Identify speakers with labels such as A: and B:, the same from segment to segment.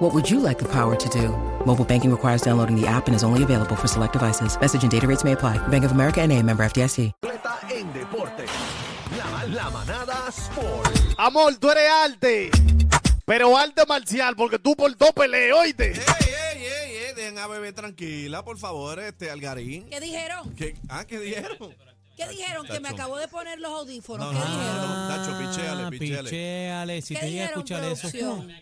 A: What would you like the power to do? Mobile banking requires downloading the app and is only available for select devices. Message and data rates may apply. Bank of America and a member FDIC.
B: completa en deporte. La, la manada Sport.
C: Amor, tú eres arte, pero arte marcial, porque tú por dos peleas, oíste.
D: Ey, ey, ey, ey, dejen a bebé tranquila, por favor, este Algarín.
E: ¿Qué dijeron?
D: ¿Qué, ah, ¿qué dijeron? Ah,
E: ¿Qué dijeron? Que me acabo de poner los audífonos.
D: No,
E: ¿Qué
D: no,
E: dijeron?
D: no, Tacho,
F: Ah,
D: pichéale, pichéale.
F: pichéale. Si
E: ¿Qué
F: tú llegas a
E: dijeron,
F: escuchar eso.
E: producción? Ah,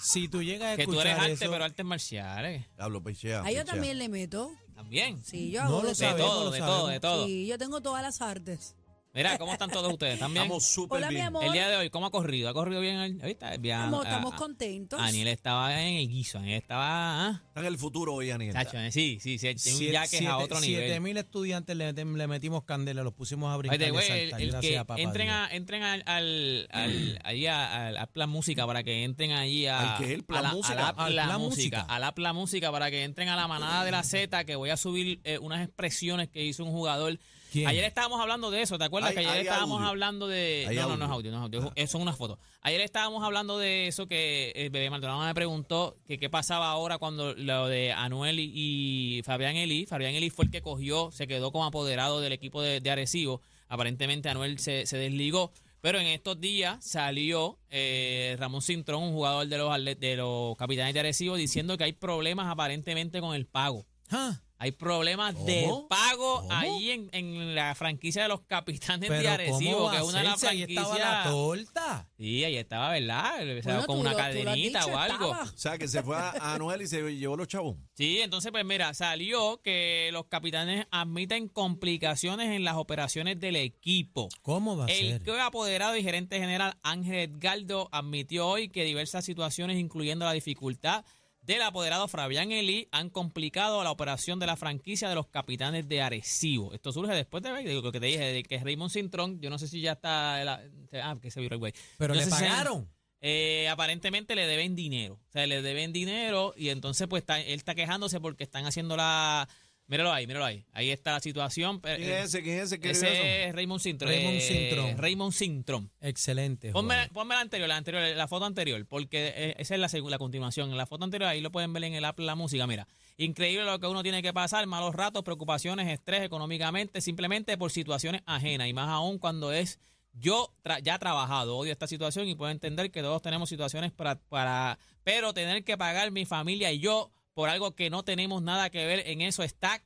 F: Si tú llegas a
G: Que tú
F: escuchar
G: eres arte,
F: eso.
G: pero artes marciales.
D: Hablo, pichea.
E: A Ah, yo
D: pichea.
E: también le meto.
G: También.
E: Sí, yo
F: No
E: hago
F: lo
E: de
G: de
F: sabemos,
G: todo,
F: lo
G: de
F: sabemos.
G: todo, de todo.
E: Sí, yo tengo todas las artes.
G: Mira, ¿cómo están todos ustedes? También.
D: Estamos súper
E: Hola, mi
D: bien.
E: amor.
G: El día de hoy, ¿cómo ha corrido? ¿Ha corrido bien? el- Ahorita, bien.
E: Estamos,
G: ah,
E: estamos
G: ah,
E: contentos.
G: Aniel estaba en el guiso, Aniel estaba. ah,
D: Está en el futuro hoy, Aniel.
G: chacho, eh, sí, sí, sí, tiene un
F: siete-
G: yaque
F: siete-
G: a otro
F: siete
G: nivel.
F: mil estudiantes le, metem- le metimos candela, los pusimos a
G: By
F: brincar
G: the
F: y a
G: way,
F: saltar,
G: el, el
F: gracias
G: que
F: a papá
G: entren,
F: Dios.
G: a, entren al, al, al- ahí a- al- al Plan Música para que entren allí a,
D: ¿Al qué? ¿El Plan
G: a la,
D: Música?
G: a la
F: Al
G: Plan
F: Plan
G: Música,
F: Música.
G: a la Plan Música para que entren a la manada de la Z que voy a subir eh, unas expresiones que hizo un jugador.
F: ¿Quién?
G: Ayer estábamos hablando de eso, ¿te acuerdas
D: Hay-
G: que ayer
D: hay
G: estábamos
D: audio.
G: hablando de
D: Hay
G: no, no, no es
D: audio. Ah.
G: audio, no es audio, es- son unas fotos. Ayer estábamos hablando de eso que eh, Bebé Maldonado me preguntó que qué pasaba ahora cuando lo de Anuel y, y Fabián Eli, Fabián Eli fue el que cogió, se quedó como apoderado del equipo de, de Arecibo. Aparentemente Anuel se, se desligó, pero en estos días salió eh, Ramón Cintrón, un jugador de los atlet- de los Capitanes de Arecibo diciendo que hay problemas aparentemente con el pago.
F: Ah,
G: Hay problemas de pago ahí en, en la franquicia de los capitanes de
F: Pero ¿cómo
G: Arecibo,
F: va
G: que
F: a
G: es una de las
F: hacerse? Ahí estaba la
G: franquicias.
F: torta.
G: Sí, ahí estaba, ¿verdad? O sea,
E: Bueno,
G: con
E: tú
G: una
E: lo- tú lo has
G: cadenita
E: dicho,
G: o algo.
E: estaba.
D: O sea, que se fue a Anuel y se llevó los chavos.
G: Sí, entonces, pues mira, salió que los capitanes admiten complicaciones en las operaciones del equipo.
F: ¿Cómo va a
G: El que
F: ser?
G: fue apoderado y gerente general Ángel Edgardo admitió hoy que diversas situaciones, incluyendo la dificultad del apoderado Fabián Eli, han complicado la operación de la franquicia de los capitanes de Arecibo. Esto surge después de de lo que te dije, de que Raymond Cintrón, yo no sé si ya está... la- ah, que se viró el güey.
F: Pero
G: No
F: le
G: sé si se-
F: pagaron.
G: eh, aparentemente le deben dinero. O sea, le deben dinero y entonces pues está- él está quejándose porque están haciendo la... Míralo ahí, míralo ahí. Ahí está la situación. pero,
D: ¿Quién
G: eh,
D: es ese? ¿Quién es ese? ¿Qué es
G: ese es Raymond Sintron.
F: Raymond Cintrón.
G: Raymond Sintron.
F: Excelente.
G: Ponme,
F: jugador.
G: ponme la anterior, la anterior, la foto anterior, porque eh, esa es la, segu- la continuación. En la foto anterior, ahí lo pueden ver en el app La Música. Mira, increíble lo que uno tiene que pasar, malos ratos, preocupaciones, estrés económicamente, simplemente por situaciones ajenas. Y más aún cuando es yo tra- ya he trabajado, odio esta situación y puedo entender que todos tenemos situaciones para, para, pero tener que pagar mi familia y yo por algo que no tenemos nada que ver en eso está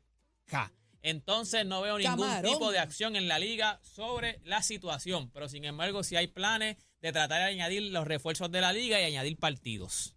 G: acá. Entonces no veo ningún
E: Camarón.
G: tipo de acción en la liga sobre la situación, pero sin embargo si hay planes de tratar de añadir los refuerzos de la liga y añadir partidos.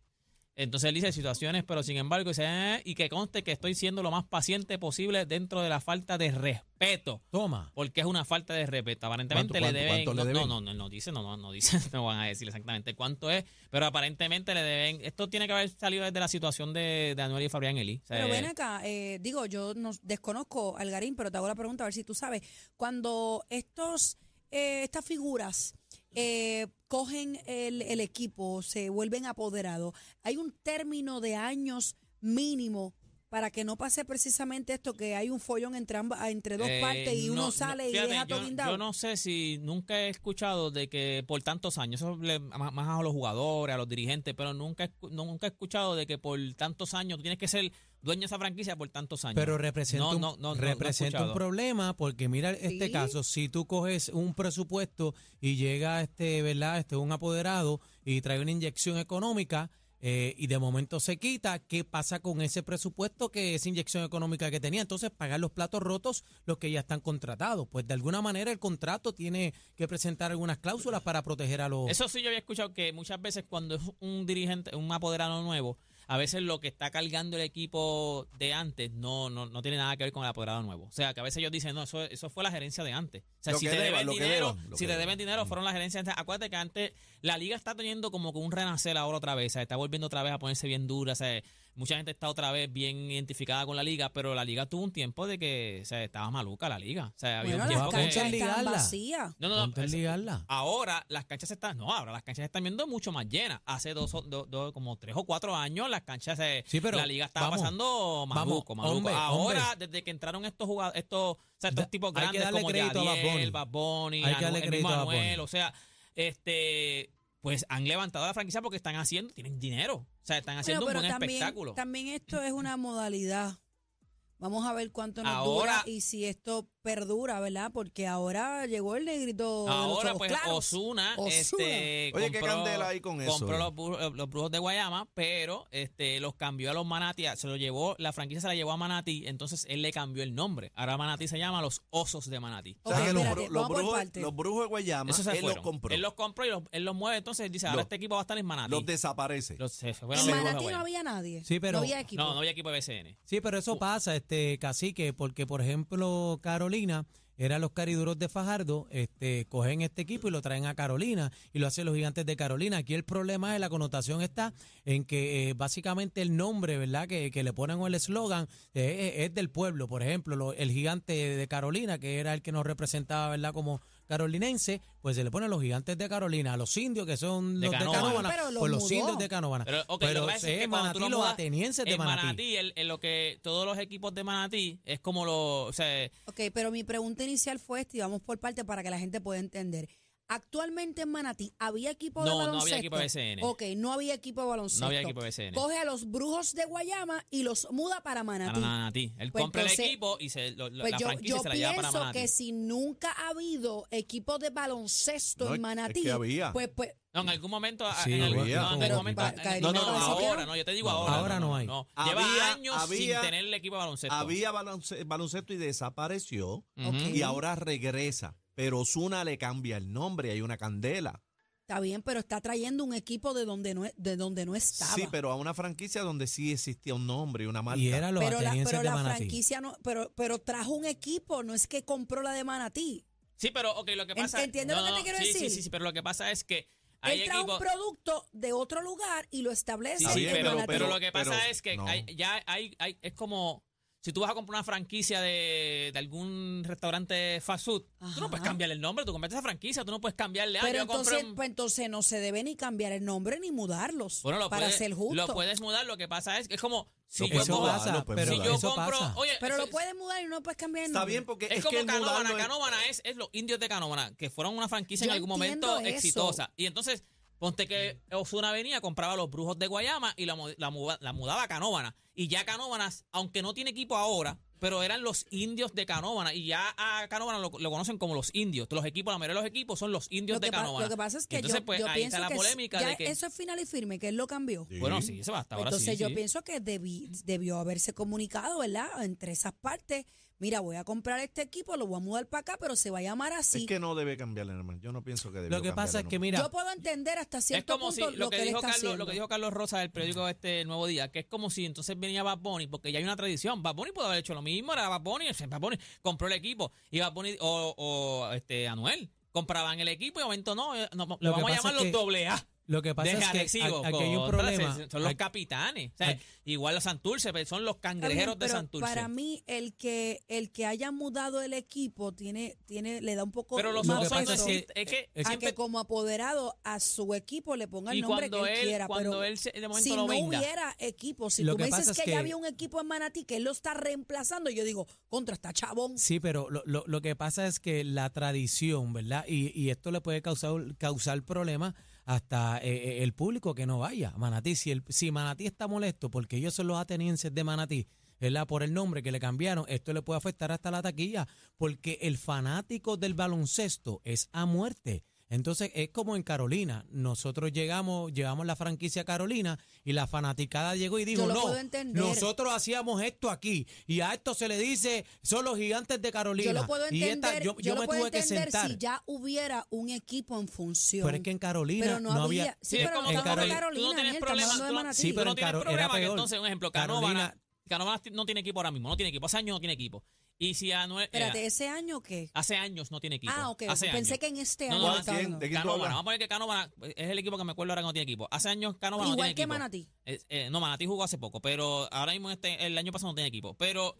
G: Entonces él dice situaciones, pero sin embargo dice, "Eh", y que conste que estoy siendo lo más paciente posible dentro de la falta de respeto
F: Toma.
G: porque es una falta de respeto. Aparentemente
D: ¿Cuánto,
G: le
D: cuánto,
G: deben,
D: cuánto le
G: no,
D: deben?
G: No, no, no dice, no, no, no dice, no van a decir exactamente cuánto es, pero aparentemente le deben. Esto tiene que haber salido desde la situación de, de Anuel y Fabián Eli. O sea,
E: Pero ven acá, eh, digo, yo no desconozco Algarín, pero te hago la pregunta a ver si tú sabes. Cuando estos, eh, estas figuras eh, cogen el, el equipo, se vuelven apoderados, hay un término de años mínimo para que no pase precisamente esto, que hay un follón entre, ambas, entre dos
G: eh,
E: partes y
G: no,
E: uno
G: no,
E: sale y
G: fíjate,
E: deja todo
G: yo,
E: guindado.
G: yo no sé si nunca he escuchado de que por tantos años, eso le- más, más a los jugadores, a los dirigentes, pero nunca, he escu- nunca he escuchado de que por tantos años tú tienes que ser dueño de esa franquicia por tantos años.
F: Pero representa,
G: No,
F: un,
G: no, no, no, no he
F: representa un
G: escuchado.
F: problema porque mira este
E: Sí.
F: caso, si tú coges un presupuesto y llega este, ¿verdad? Este un apoderado y trae una inyección económica eh, y de momento se quita, ¿qué pasa con ese presupuesto que esa inyección económica que tenía? Entonces pagar los platos rotos los que ya están contratados. Pues de alguna manera el contrato tiene que presentar algunas cláusulas para proteger a los
G: Eso sí, yo había escuchado que muchas veces cuando es un dirigente, un apoderado nuevo, a veces lo que está cargando el equipo de antes no, no, no tiene nada que ver con el apoderado nuevo. O sea, que a veces ellos dicen, no, eso, eso fue la gerencia de antes. O sea,
D: Lo
G: si
D: que
G: te
D: deban,
G: deben
D: lo que
G: dinero,
D: deban, lo
G: si
D: que
G: te
D: deban.
G: deben dinero, fueron las gerencias de antes. Acuérdate que antes la liga está teniendo como que un renacer ahora otra vez, o sea, está volviendo otra vez a ponerse bien dura, o sea, Mucha gente está otra vez bien identificada con la liga, pero la liga tuvo un tiempo de que o sea, estaba maluca la liga. O sea, había
E: Bueno, las
G: un tiempo que-
E: canchas
F: Ponte a
E: están
F: ligarla.
E: vacías.
G: No, no, no,
F: Ponte a
G: es-
F: ligarla.
G: Ahora las canchas se están, no, ahora las canchas se están viendo mucho más llenas. Hace dos, o- do- do- como tres o cuatro años las canchas, se,
F: Sí, pero
G: la liga estaba
F: vamos,
G: pasando maluco,
F: vamos,
G: maluco.
F: hombre,
G: ahora
F: hombre.
G: desde que entraron estos jugadores, estos, o sea, estos
F: Da-
G: tipos
F: hay que
G: grandes
F: darle
G: como
F: crédito a Bad
G: Yadiel,
F: Bunny.
G: Bad Bunny,
F: Hay que darle
G: Anu- el mismo
F: crédito a Bad
G: Anuel,
F: Bunny.
G: o sea, este, pues han levantado la franquicia porque están haciendo, tienen dinero, o sea, están haciendo
E: Bueno,
G: un buen
E: pero también,
G: espectáculo.
E: También esto es una modalidad. Vamos a ver cuánto nos
G: Ahora-
E: dura y si esto perdura, ¿verdad? Porque ahora llegó el negrito. de los
G: Ahora,
E: ojos
G: pues
E: claros.
G: Osuna,
E: Ozuna.
G: este,
D: Oye, ¿qué
G: compró,
D: candela hay con eso? eh.
G: compró los, bru- los brujos de Guayama, pero este, los cambió a los Manati, se lo llevó, la franquicia se la llevó a Manati, entonces él le cambió el nombre. Ahora Manati se llama los Osos de Manati.
D: O sea,
E: Ok,
D: que los,
E: espérate,
D: bru- los
E: vamos por
D: brujos,
E: partes.
D: los brujos de Guayama,
G: Eso se
D: él los
G: fueron.
D: compró.
G: Él los compró y los, él los mueve, entonces dice, ahora
D: Los-
G: este equipo va a estar en Manati.
D: los desaparece.
G: Los- se fueron los
E: En
G: brujos de
E: Manatí no
G: Guayama.
E: había nadie.
F: Sí, pero-
E: no había equipo.
G: No, no había equipo de BCN.
F: Sí, pero
G: Oh.
F: eso pasa, este cacique, porque por ejemplo Carolina eran los cariduros de Fajardo, este, cogen este equipo y lo traen a Carolina y lo hacen los gigantes de Carolina. Aquí el problema de la connotación está en que eh, básicamente el nombre, ¿verdad? Que, que le ponen o el eslogan eh, eh, es del pueblo. Por ejemplo, lo- el gigante de Carolina, que era el que nos representaba, ¿verdad? Como carolinense, pues se le ponen los gigantes de Carolina, a los indios que son
G: De
F: los
G: Canóvana.
F: de Canóvana,
E: Pero lo
F: pues los
E: mudó.
F: indios de Canóvana.
G: Pero, ok, lo que pasa es
F: eh,
G: que cuando tú
F: Manatí,
G: lo
F: los
G: mudas,
F: atenienses de
G: En
F: Manatí.
G: Manatí, el- en lo que todos los equipos de Manatí es como los... O sea,
E: Ok, pero mi pregunta inicial fue esta y vamos por parte para que la gente pueda entender. Actualmente en Manatí, ¿había equipo de
G: No, no había
E: baloncesto?
G: equipo de BCN.
E: Ok, no había equipo de baloncesto.
G: No había equipo de BCN.
E: Coge a los brujos de Guayama y los muda para
G: para
E: Manatí.
G: Manatí. Él
E: Pues
G: compra
E: entonces-
G: el equipo y se, lo- lo-
E: Pues
G: la
E: yo,
G: franquicia
E: yo
G: se la lleva para
E: pienso
G: Manatí.
E: que si nunca ha habido equipo de baloncesto
D: No, es-
E: en
D: es
E: Manatí,
D: que había.
E: pues, pues
G: No, en algún momento.
F: Sí,
G: en algún,
D: había.
G: no, en algún
E: Pero,
G: momento.
E: pa-
G: en- no, no,
E: Caimito, ¿no se
G: ahora,
E: queda?
G: no, yo te digo
D: No,
G: ahora.
F: ahora no hay.
G: Lleva
D: Había-
G: años
D: había-
G: sin tener el equipo de baloncesto.
D: Había balonce- baloncesto y desapareció
G: Ujú.
E: Ok.
D: y ahora regresa. Pero Osuna le cambia el nombre y hay una candela.
E: está bien, pero está trayendo un equipo de donde no, es- de donde no estaba.
D: Sí, pero a una franquicia donde sí existía un nombre y una marca.
F: Y eran los
E: pero la,
F: atenienses
E: pero
F: de
E: la
F: Manatí.
E: franquicia no, pero, pero trajo un equipo, no es que compró la de Manatí.
G: Sí, pero, ok, lo que
E: Ent-
G: pasa.
E: ¿entiendes lo que te quiero
G: sí, Sí,
E: decir?
G: sí, sí, pero lo que pasa es que. Hay
E: Él trajo un
G: equipos.
E: producto de otro lugar y lo establece
G: Sí,
D: Está
G: sí,
D: bien,
E: en
G: pero,
E: Manatí.
G: pero lo
D: pero-
G: que pasa
D: pero
G: es que
D: no.
G: hay- ya hay, hay- Es como. Si tú vas a comprar una franquicia de, de algún restaurante fast food, tú no puedes
E: Ajá.
G: cambiarle el nombre, tú compraste esa franquicia, tú no puedes cambiarle ah,
E: Pero
G: yo compré
E: entonces,
G: un-
E: pues entonces no se debe ni cambiar el nombre ni mudarlos
G: Bueno, lo
E: para
G: puedes,
E: ser justo.
G: Lo puedes mudar, lo que pasa es que es como si
D: Lo
G: yo,
D: puedes
F: Eso
D: mudar,
G: compro-
F: pasa,
D: lo puedes
F: pero
G: si
D: mudar.
G: yo
F: eso
G: compro,
F: pasa.
G: oye,
E: pero
G: eso-
E: lo puedes mudar y no puedes cambiar el
D: Está
E: nombre.
D: bien porque
G: es,
D: es, que
G: como
D: el mudarlo
G: Canóvana,
D: es-
G: Canóvana es, es los indios de Canóvana, que fueron una franquicia
E: Yo
G: en algún
E: entiendo
G: momento
E: eso.
G: exitosa. Y entonces, ponte que Osuna venía, compraba los brujos de Guayama y la, mu- la muda- la mudaba a Canóvana. Y ya Canóvanas, aunque no tiene equipo ahora, pero eran los indios de Canóvana. Y ya a Canóvana lo, lo conocen como los indios. Los equipos, la mayoría de los equipos son los indios
E: Lo que,
G: de
E: pa-
G: Canóvana.
E: lo que pasa es que
G: entonces,
E: yo,
G: pues,
E: yo
G: ahí
E: pienso
G: está la
E: que es-
G: polémica
E: ya
G: de que.
E: eso es final y firme, que él lo cambió.
G: Bueno, sí, eso va hasta ahora.
E: Entonces
G: Ah, pues sí,
E: yo
G: sí.
E: pienso que debí- debió haberse comunicado, ¿verdad? Entre esas partes. Mira, voy a comprar este equipo, lo voy a mudar para acá, pero se va a llamar así.
D: Es que no debe cambiarle el nombre. Yo no pienso que debe
F: Lo que pasa es que, mira,
E: yo puedo entender hasta
G: Es
E: cierto
G: como si
E: punto
G: lo que,
E: él
G: dijo
E: está
G: Carlos, lo
E: haciendo.
G: que dijo Carlos Rosa del periódico este El Nuevo Día, que es como si entonces venía Bad Bunny, porque ya hay una tradición. Bad Bunny puede haber hecho lo mismo, era Bad Bunny, o sea, Bad Bunny compró el equipo y Bad Bunny o, o, este Anuel compraban el equipo y de momento no, eh, no, le
F: Lo que
G: vamos a
F: pasa
G: llamar
F: es
G: los
F: que-
G: doble A.
F: lo que pasa
G: de
F: es que
G: Arecibo
F: a- aquí hay un
G: contra-
F: problema.
G: Son los
F: Aquí-
G: capitanes. O sea,
F: aquí-
G: igual a Santurce, pero son los
E: Está bien,
G: cangrejeros de
E: pero
G: Santurce.
E: Para mí, el que, el que haya mudado el equipo tiene, tiene, le da un poco
G: pero los
E: más
F: Lo que
G: osos no
F: pasa es que-
E: peso
G: existen. Es que,
F: es que-
E: a
G: siempre-
E: que como apoderado a su equipo le ponga el
G: y
E: nombre que
G: cuando
E: él,
G: él,
E: quiera.
G: cuando
E: pero
G: él se- de momento
E: si
G: lo
E: no
G: venda.
E: hubiera equipo, si
F: Lo
E: tú
F: que
E: me
F: pasa
E: dices
F: es
E: que,
F: que-
E: ya había un equipo en Manatí que él lo está reemplazando, yo digo, contra, está chabón.
F: Sí, pero lo, lo- lo que pasa es que la tradición, ¿verdad? Y, y esto le puede causar, causar problemas hasta eh, eh, el público que no vaya a Manatí. Si, el, si Manatí está molesto porque ellos son los atenienses de Manatí, ¿verdad? Por el nombre que le cambiaron, esto le puede afectar hasta la taquilla porque el fanático del baloncesto es a muerte. Entonces es como en Carolina, nosotros llegamos, llevamos la franquicia a Carolina y la fanaticada llegó y dijo,
E: Yo lo
F: no,
E: puedo entender".
F: nosotros hacíamos esto aquí y a esto se le dice, son los gigantes de Carolina.
E: Yo lo puedo
F: Y
E: entender,
F: esta-
E: yo, lo
F: me
E: puedo
F: tuve que
E: entender
F: sentar.
E: si ya hubiera un equipo en función.
F: pero es que en Carolina
E: Pero no, había, Sí,
G: es
E: pero no
G: como
F: en
E: estamos hablando de
F: Carolina-
E: Carolina,
G: tú no tienes
E: Daniel, estamos
G: problema,
E: hablando de
G: tú no-
E: Manatí.
F: Sí,
G: tú
F: pero
G: no
F: en
G: tienes
F: Caro-
G: problema
F: era
G: que
F: peor.
G: entonces, un ejemplo,
F: Carolina-
G: Canóvana, Canóvana no tiene equipo ahora mismo, no tiene equipo, hace años no tiene equipo. Y si Anuel. eh,
E: Espérate, ¿ese año o qué?
G: hace años no tiene equipo.
E: Ah, ok. ok.
G: Hace
E: Pensé
G: años.
E: que en este
G: No,
E: año.
G: no,
E: lo
G: no,
E: estaban
D: ¿quién?
E: dando.
D: ¿De quién tú
G: Canóvana.
D: hablas?
G: Vamos a poner que Canóvana es el equipo que me acuerdo ahora que no tiene equipo. Hace años Canóvana no
E: Igual
G: tiene
E: que
G: equipo.
E: Manatí.
G: Es- eh, no, Manatí jugó hace poco, pero ahora mismo este, el año pasado no tiene equipo. Pero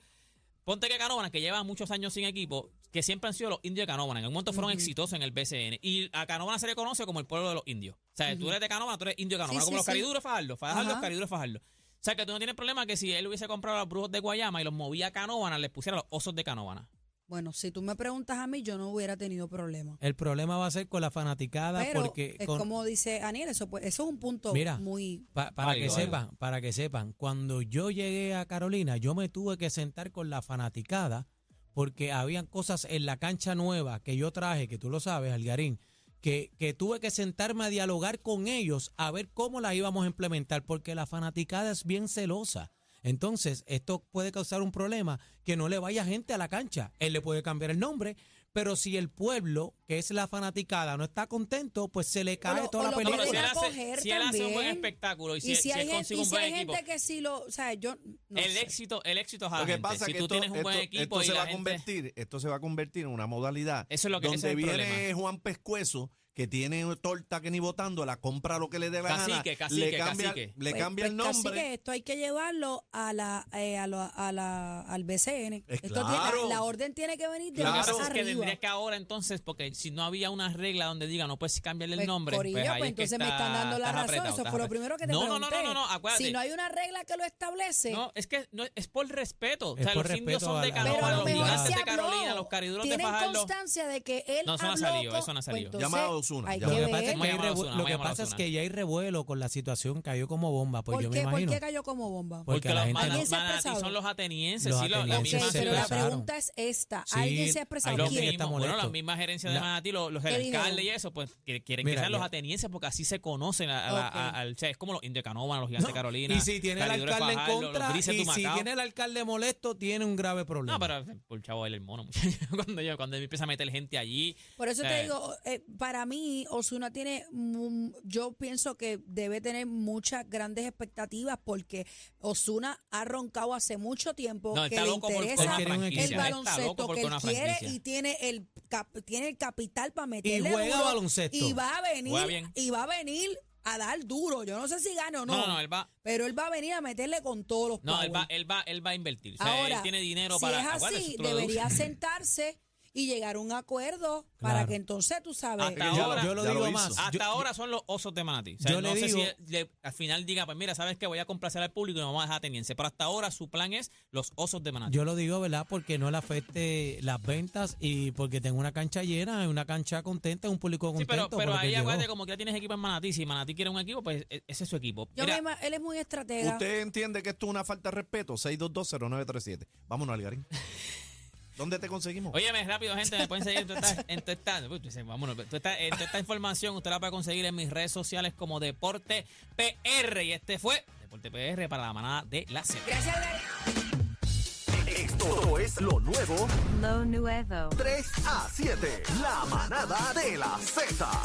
G: ponte que Canóvana, que lleva muchos años sin equipo, que siempre han sido los indios de Canóvana, en algún momento fueron exitosos en el BCN. Y a Canóvana se le conoce como el pueblo de los indios. O sea, tú eres de Canóvana, tú eres indio de Canóvana,
E: Sí, sí,
G: como los
E: sí.
G: cariduros Fajardo, Fajardo,
E: Ajá.
G: cariduros Fajardo. O sea, que tú no tienes problema que si él hubiese comprado a los brujos de Guayama y los movía a Canóvana, les pusiera los osos de Canóvana.
E: Bueno, si tú me preguntas a mí, yo no hubiera tenido problema.
F: El problema va a ser con la fanaticada
E: Pero
F: porque
E: es
F: con-
E: como dice Aniel, eso, pues, eso es un punto
F: Mira,
E: muy...
F: pa- para
G: Válido,
F: que
G: válido.
F: sepan, para que sepan, cuando yo llegué a Carolina, yo me tuve que sentar con la fanaticada porque habían cosas en la cancha nueva que yo traje, que tú lo sabes, Algarín, que, que tuve que sentarme a dialogar con ellos a ver cómo la íbamos a implementar, porque la fanaticada es bien celosa. Entonces, esto puede causar un problema que no le vaya gente a la cancha. Él le puede cambiar el nombre, pero si el pueblo, que es la fanaticada, no está contento, pues se le cae
E: lo-
F: toda
E: o lo
F: la
G: No,
F: película.
G: pero si él,
E: Pueden
G: hace,
E: acoger
G: si él hace un buen
E: también.
G: espectáculo y, si,
E: y
G: si
E: si hay,
G: él
E: gente,
G: consigue
E: y
G: un
E: si
G: buen
E: hay
G: equipo,
E: gente que sí lo... O sea, yo no
G: el
E: sé.
G: éxito, el éxito es a la
D: Lo que
G: gente.
D: pasa
G: si
D: es que
G: tú
D: esto,
G: tienes un buen
D: esto-
G: equipo
D: esto
G: y
D: se
G: la
D: va a
G: gente-
D: convertir, esto se va a convertir en una modalidad
G: Eso es lo que- ese
D: donde
G: es el
D: viene
G: problema.
D: Juan Pescuezo que tiene torta que ni votando, la compra lo que le dé la gana,
G: Cacique, cacique,
D: le cambia,
G: cacique.
D: le
E: Pues-
D: cambia el
E: pues,
D: nombre.
E: Así que esto hay que llevarlo a la, eh, a lo- a la, al BCN.
D: Es
E: Esto
D: Pues claro.
E: tiene, la, la orden tiene que venir de
G: Lo que
E: más
G: pasa
D: Claro.
G: es que
E: arriba.
G: tendrías que ahora entonces, porque si no había una regla donde diga no puedes cambiarle
E: Pues,
G: el nombre,
E: corillo,
G: pues ahí
E: pues,
G: es que
E: entonces me
G: está-
E: están dando la
G: estás
E: razón.
G: apretado,
E: Eso
G: estás
E: fue lo primero
G: apretado.
E: que te
G: no, no, no,
E: pregunté.
G: no, no, no, acuérdate.
E: Si no hay una regla que lo establece,
G: No, es que no, es por respeto.
F: Es
G: o sea,
F: por
G: los indios
F: respeto
G: son
F: a
G: de
F: la-
E: pero
G: Carolina,
E: a lo
F: Claro,
G: los
E: mejor
F: gigantes
E: se
G: de
E: habló.
G: Carolina, los cariduros de
E: Tienen
G: Fajardo.
E: constancia de que él
G: No, eso no ha
E: habló
G: salido,
E: con-
G: eso no ha salido.
E: pues,
D: Llama a
E: entonces,
D: Ozuna,
E: hay
D: llama.
E: que
F: Lo que pasa, es
E: ver.
F: que, hay
G: Voy a llamar a
F: revu-
G: Ozuna,
F: lo
G: voy a
F: que
G: llamar a
F: pasa es
G: Ozuna.
F: que ya hay revuelo con la situación, cayó como bomba, pues
E: ¿Por
F: yo
E: qué-
F: me
E: ¿Por
F: imagino.
E: qué cayó como bomba?
F: Porque
G: Porque
F: la
G: los
F: gente
G: mana-
E: ¿Alguien se ha
G: manatí
E: expresado?
G: son los atenienses,
F: Los
G: sí, lo- la
E: Ok,
F: atenienses
G: misma
F: se
E: pero la
F: expresaron.
E: pregunta es esta.
F: Sí,
E: ¿Alguien se ha expresado?
F: hay
G: Lo
F: gente que
E: ¿Quién?
F: está
G: mismo, bueno,
F: molesto.
G: las mismas gerencias de
F: La-
G: Manatí, los, los
E: ¿Qué dijeron?
G: alcaldes y eso, pues que- quieren que
F: Mira,
G: sean los
F: ya-
G: atenienses porque así se conocen. A, a la-
E: Ok.
G: a- al- o sea, es como los indios de Canóvana, los gigantes de
F: No,
G: Carolina.
F: y si tiene el
G: Cariduros
F: alcalde
G: Fajardo,
F: en
G: los
F: contra, y
G: grises de
F: si
G: Humacao.
F: tiene el alcalde molesto, tiene un grave problema.
G: No, pero por chavo él el mono, muchacho. Cuando, yo, cuando él empieza a meter gente allí.
E: Por eso
G: Eh.
E: te digo, eh, para mí, Osuna tiene, mu- yo pienso que debe tener muchas grandes expectativas porque Osuna ha roncado hace mucho tiempo
G: No,
E: que
G: está
E: le
G: loco por, por
E: interesa
G: una
F: Él quiere un
G: franquicia.
E: el
F: equipo.
G: está loco
E: baloncesto
G: por
E: que él
G: una
E: quiere
G: franquicia.
E: y tiene el cap- tiene el capital para meterle
F: juega
E: duro,
F: baloncesto.
E: y va a
G: Juega
E: venir
G: bien.
E: y va a venir a dar duro. Yo no sé si gane o no,
G: No, no, no, él va.
E: pero él va a venir a meterle con todos los
G: No, él
E: power.
G: va, él va, él va a invertir. O sea, él tiene dinero
E: si
G: para.
E: es
G: aguarda, eso
E: así,
G: tú lo deduces.
E: debería sentarse y llegar a un acuerdo para
F: Claro.
E: que entonces tú sabes.
G: Hasta
D: Es que ya
G: ahora- Ah,
D: lo-
F: yo lo
D: ya
F: digo
D: hizo.
F: más.
G: Hasta
F: Yo-
G: ahora son los osos de Manatí. O sea,
F: yo
G: no
F: le
G: sé
F: digo-
G: si él- le- al final diga, pues mira, sabes que voy a complacer al público y no vamos a dejar ateniense. Pero hasta ahora su plan es los osos de Manatí.
F: Yo lo digo, ¿verdad? Porque no le afecte las ventas y porque tengo una cancha llena, una cancha contenta, un público
G: Sí,
F: contento.
G: pero, pero
F: por lo que
G: ahí
F: llegó.
G: acuérdate, como que ya tienes equipo en Manatí, si Manatí quiere un equipo, pues e- ese es su equipo.
E: Yo
G: Mira,
E: me ima- él es muy estratega.
D: ¿Usted entiende que esto es una falta de respeto? 6220937. Vámonos, Algarín. ¿Dónde te conseguimos?
G: óyeme, rápido, gente, me pueden seguir en toda esta, en toda esta- uy, dice, vámonos, toda esta- en toda esta información. Usted la puede conseguir en mis redes sociales como Deporte PR. Y este fue Deporte PR para la manada de la semana.
E: Gracias, Adrián.
B: Esto es lo nuevo
H: Lo nuevo.
B: 3 a 7. La manada de la Z.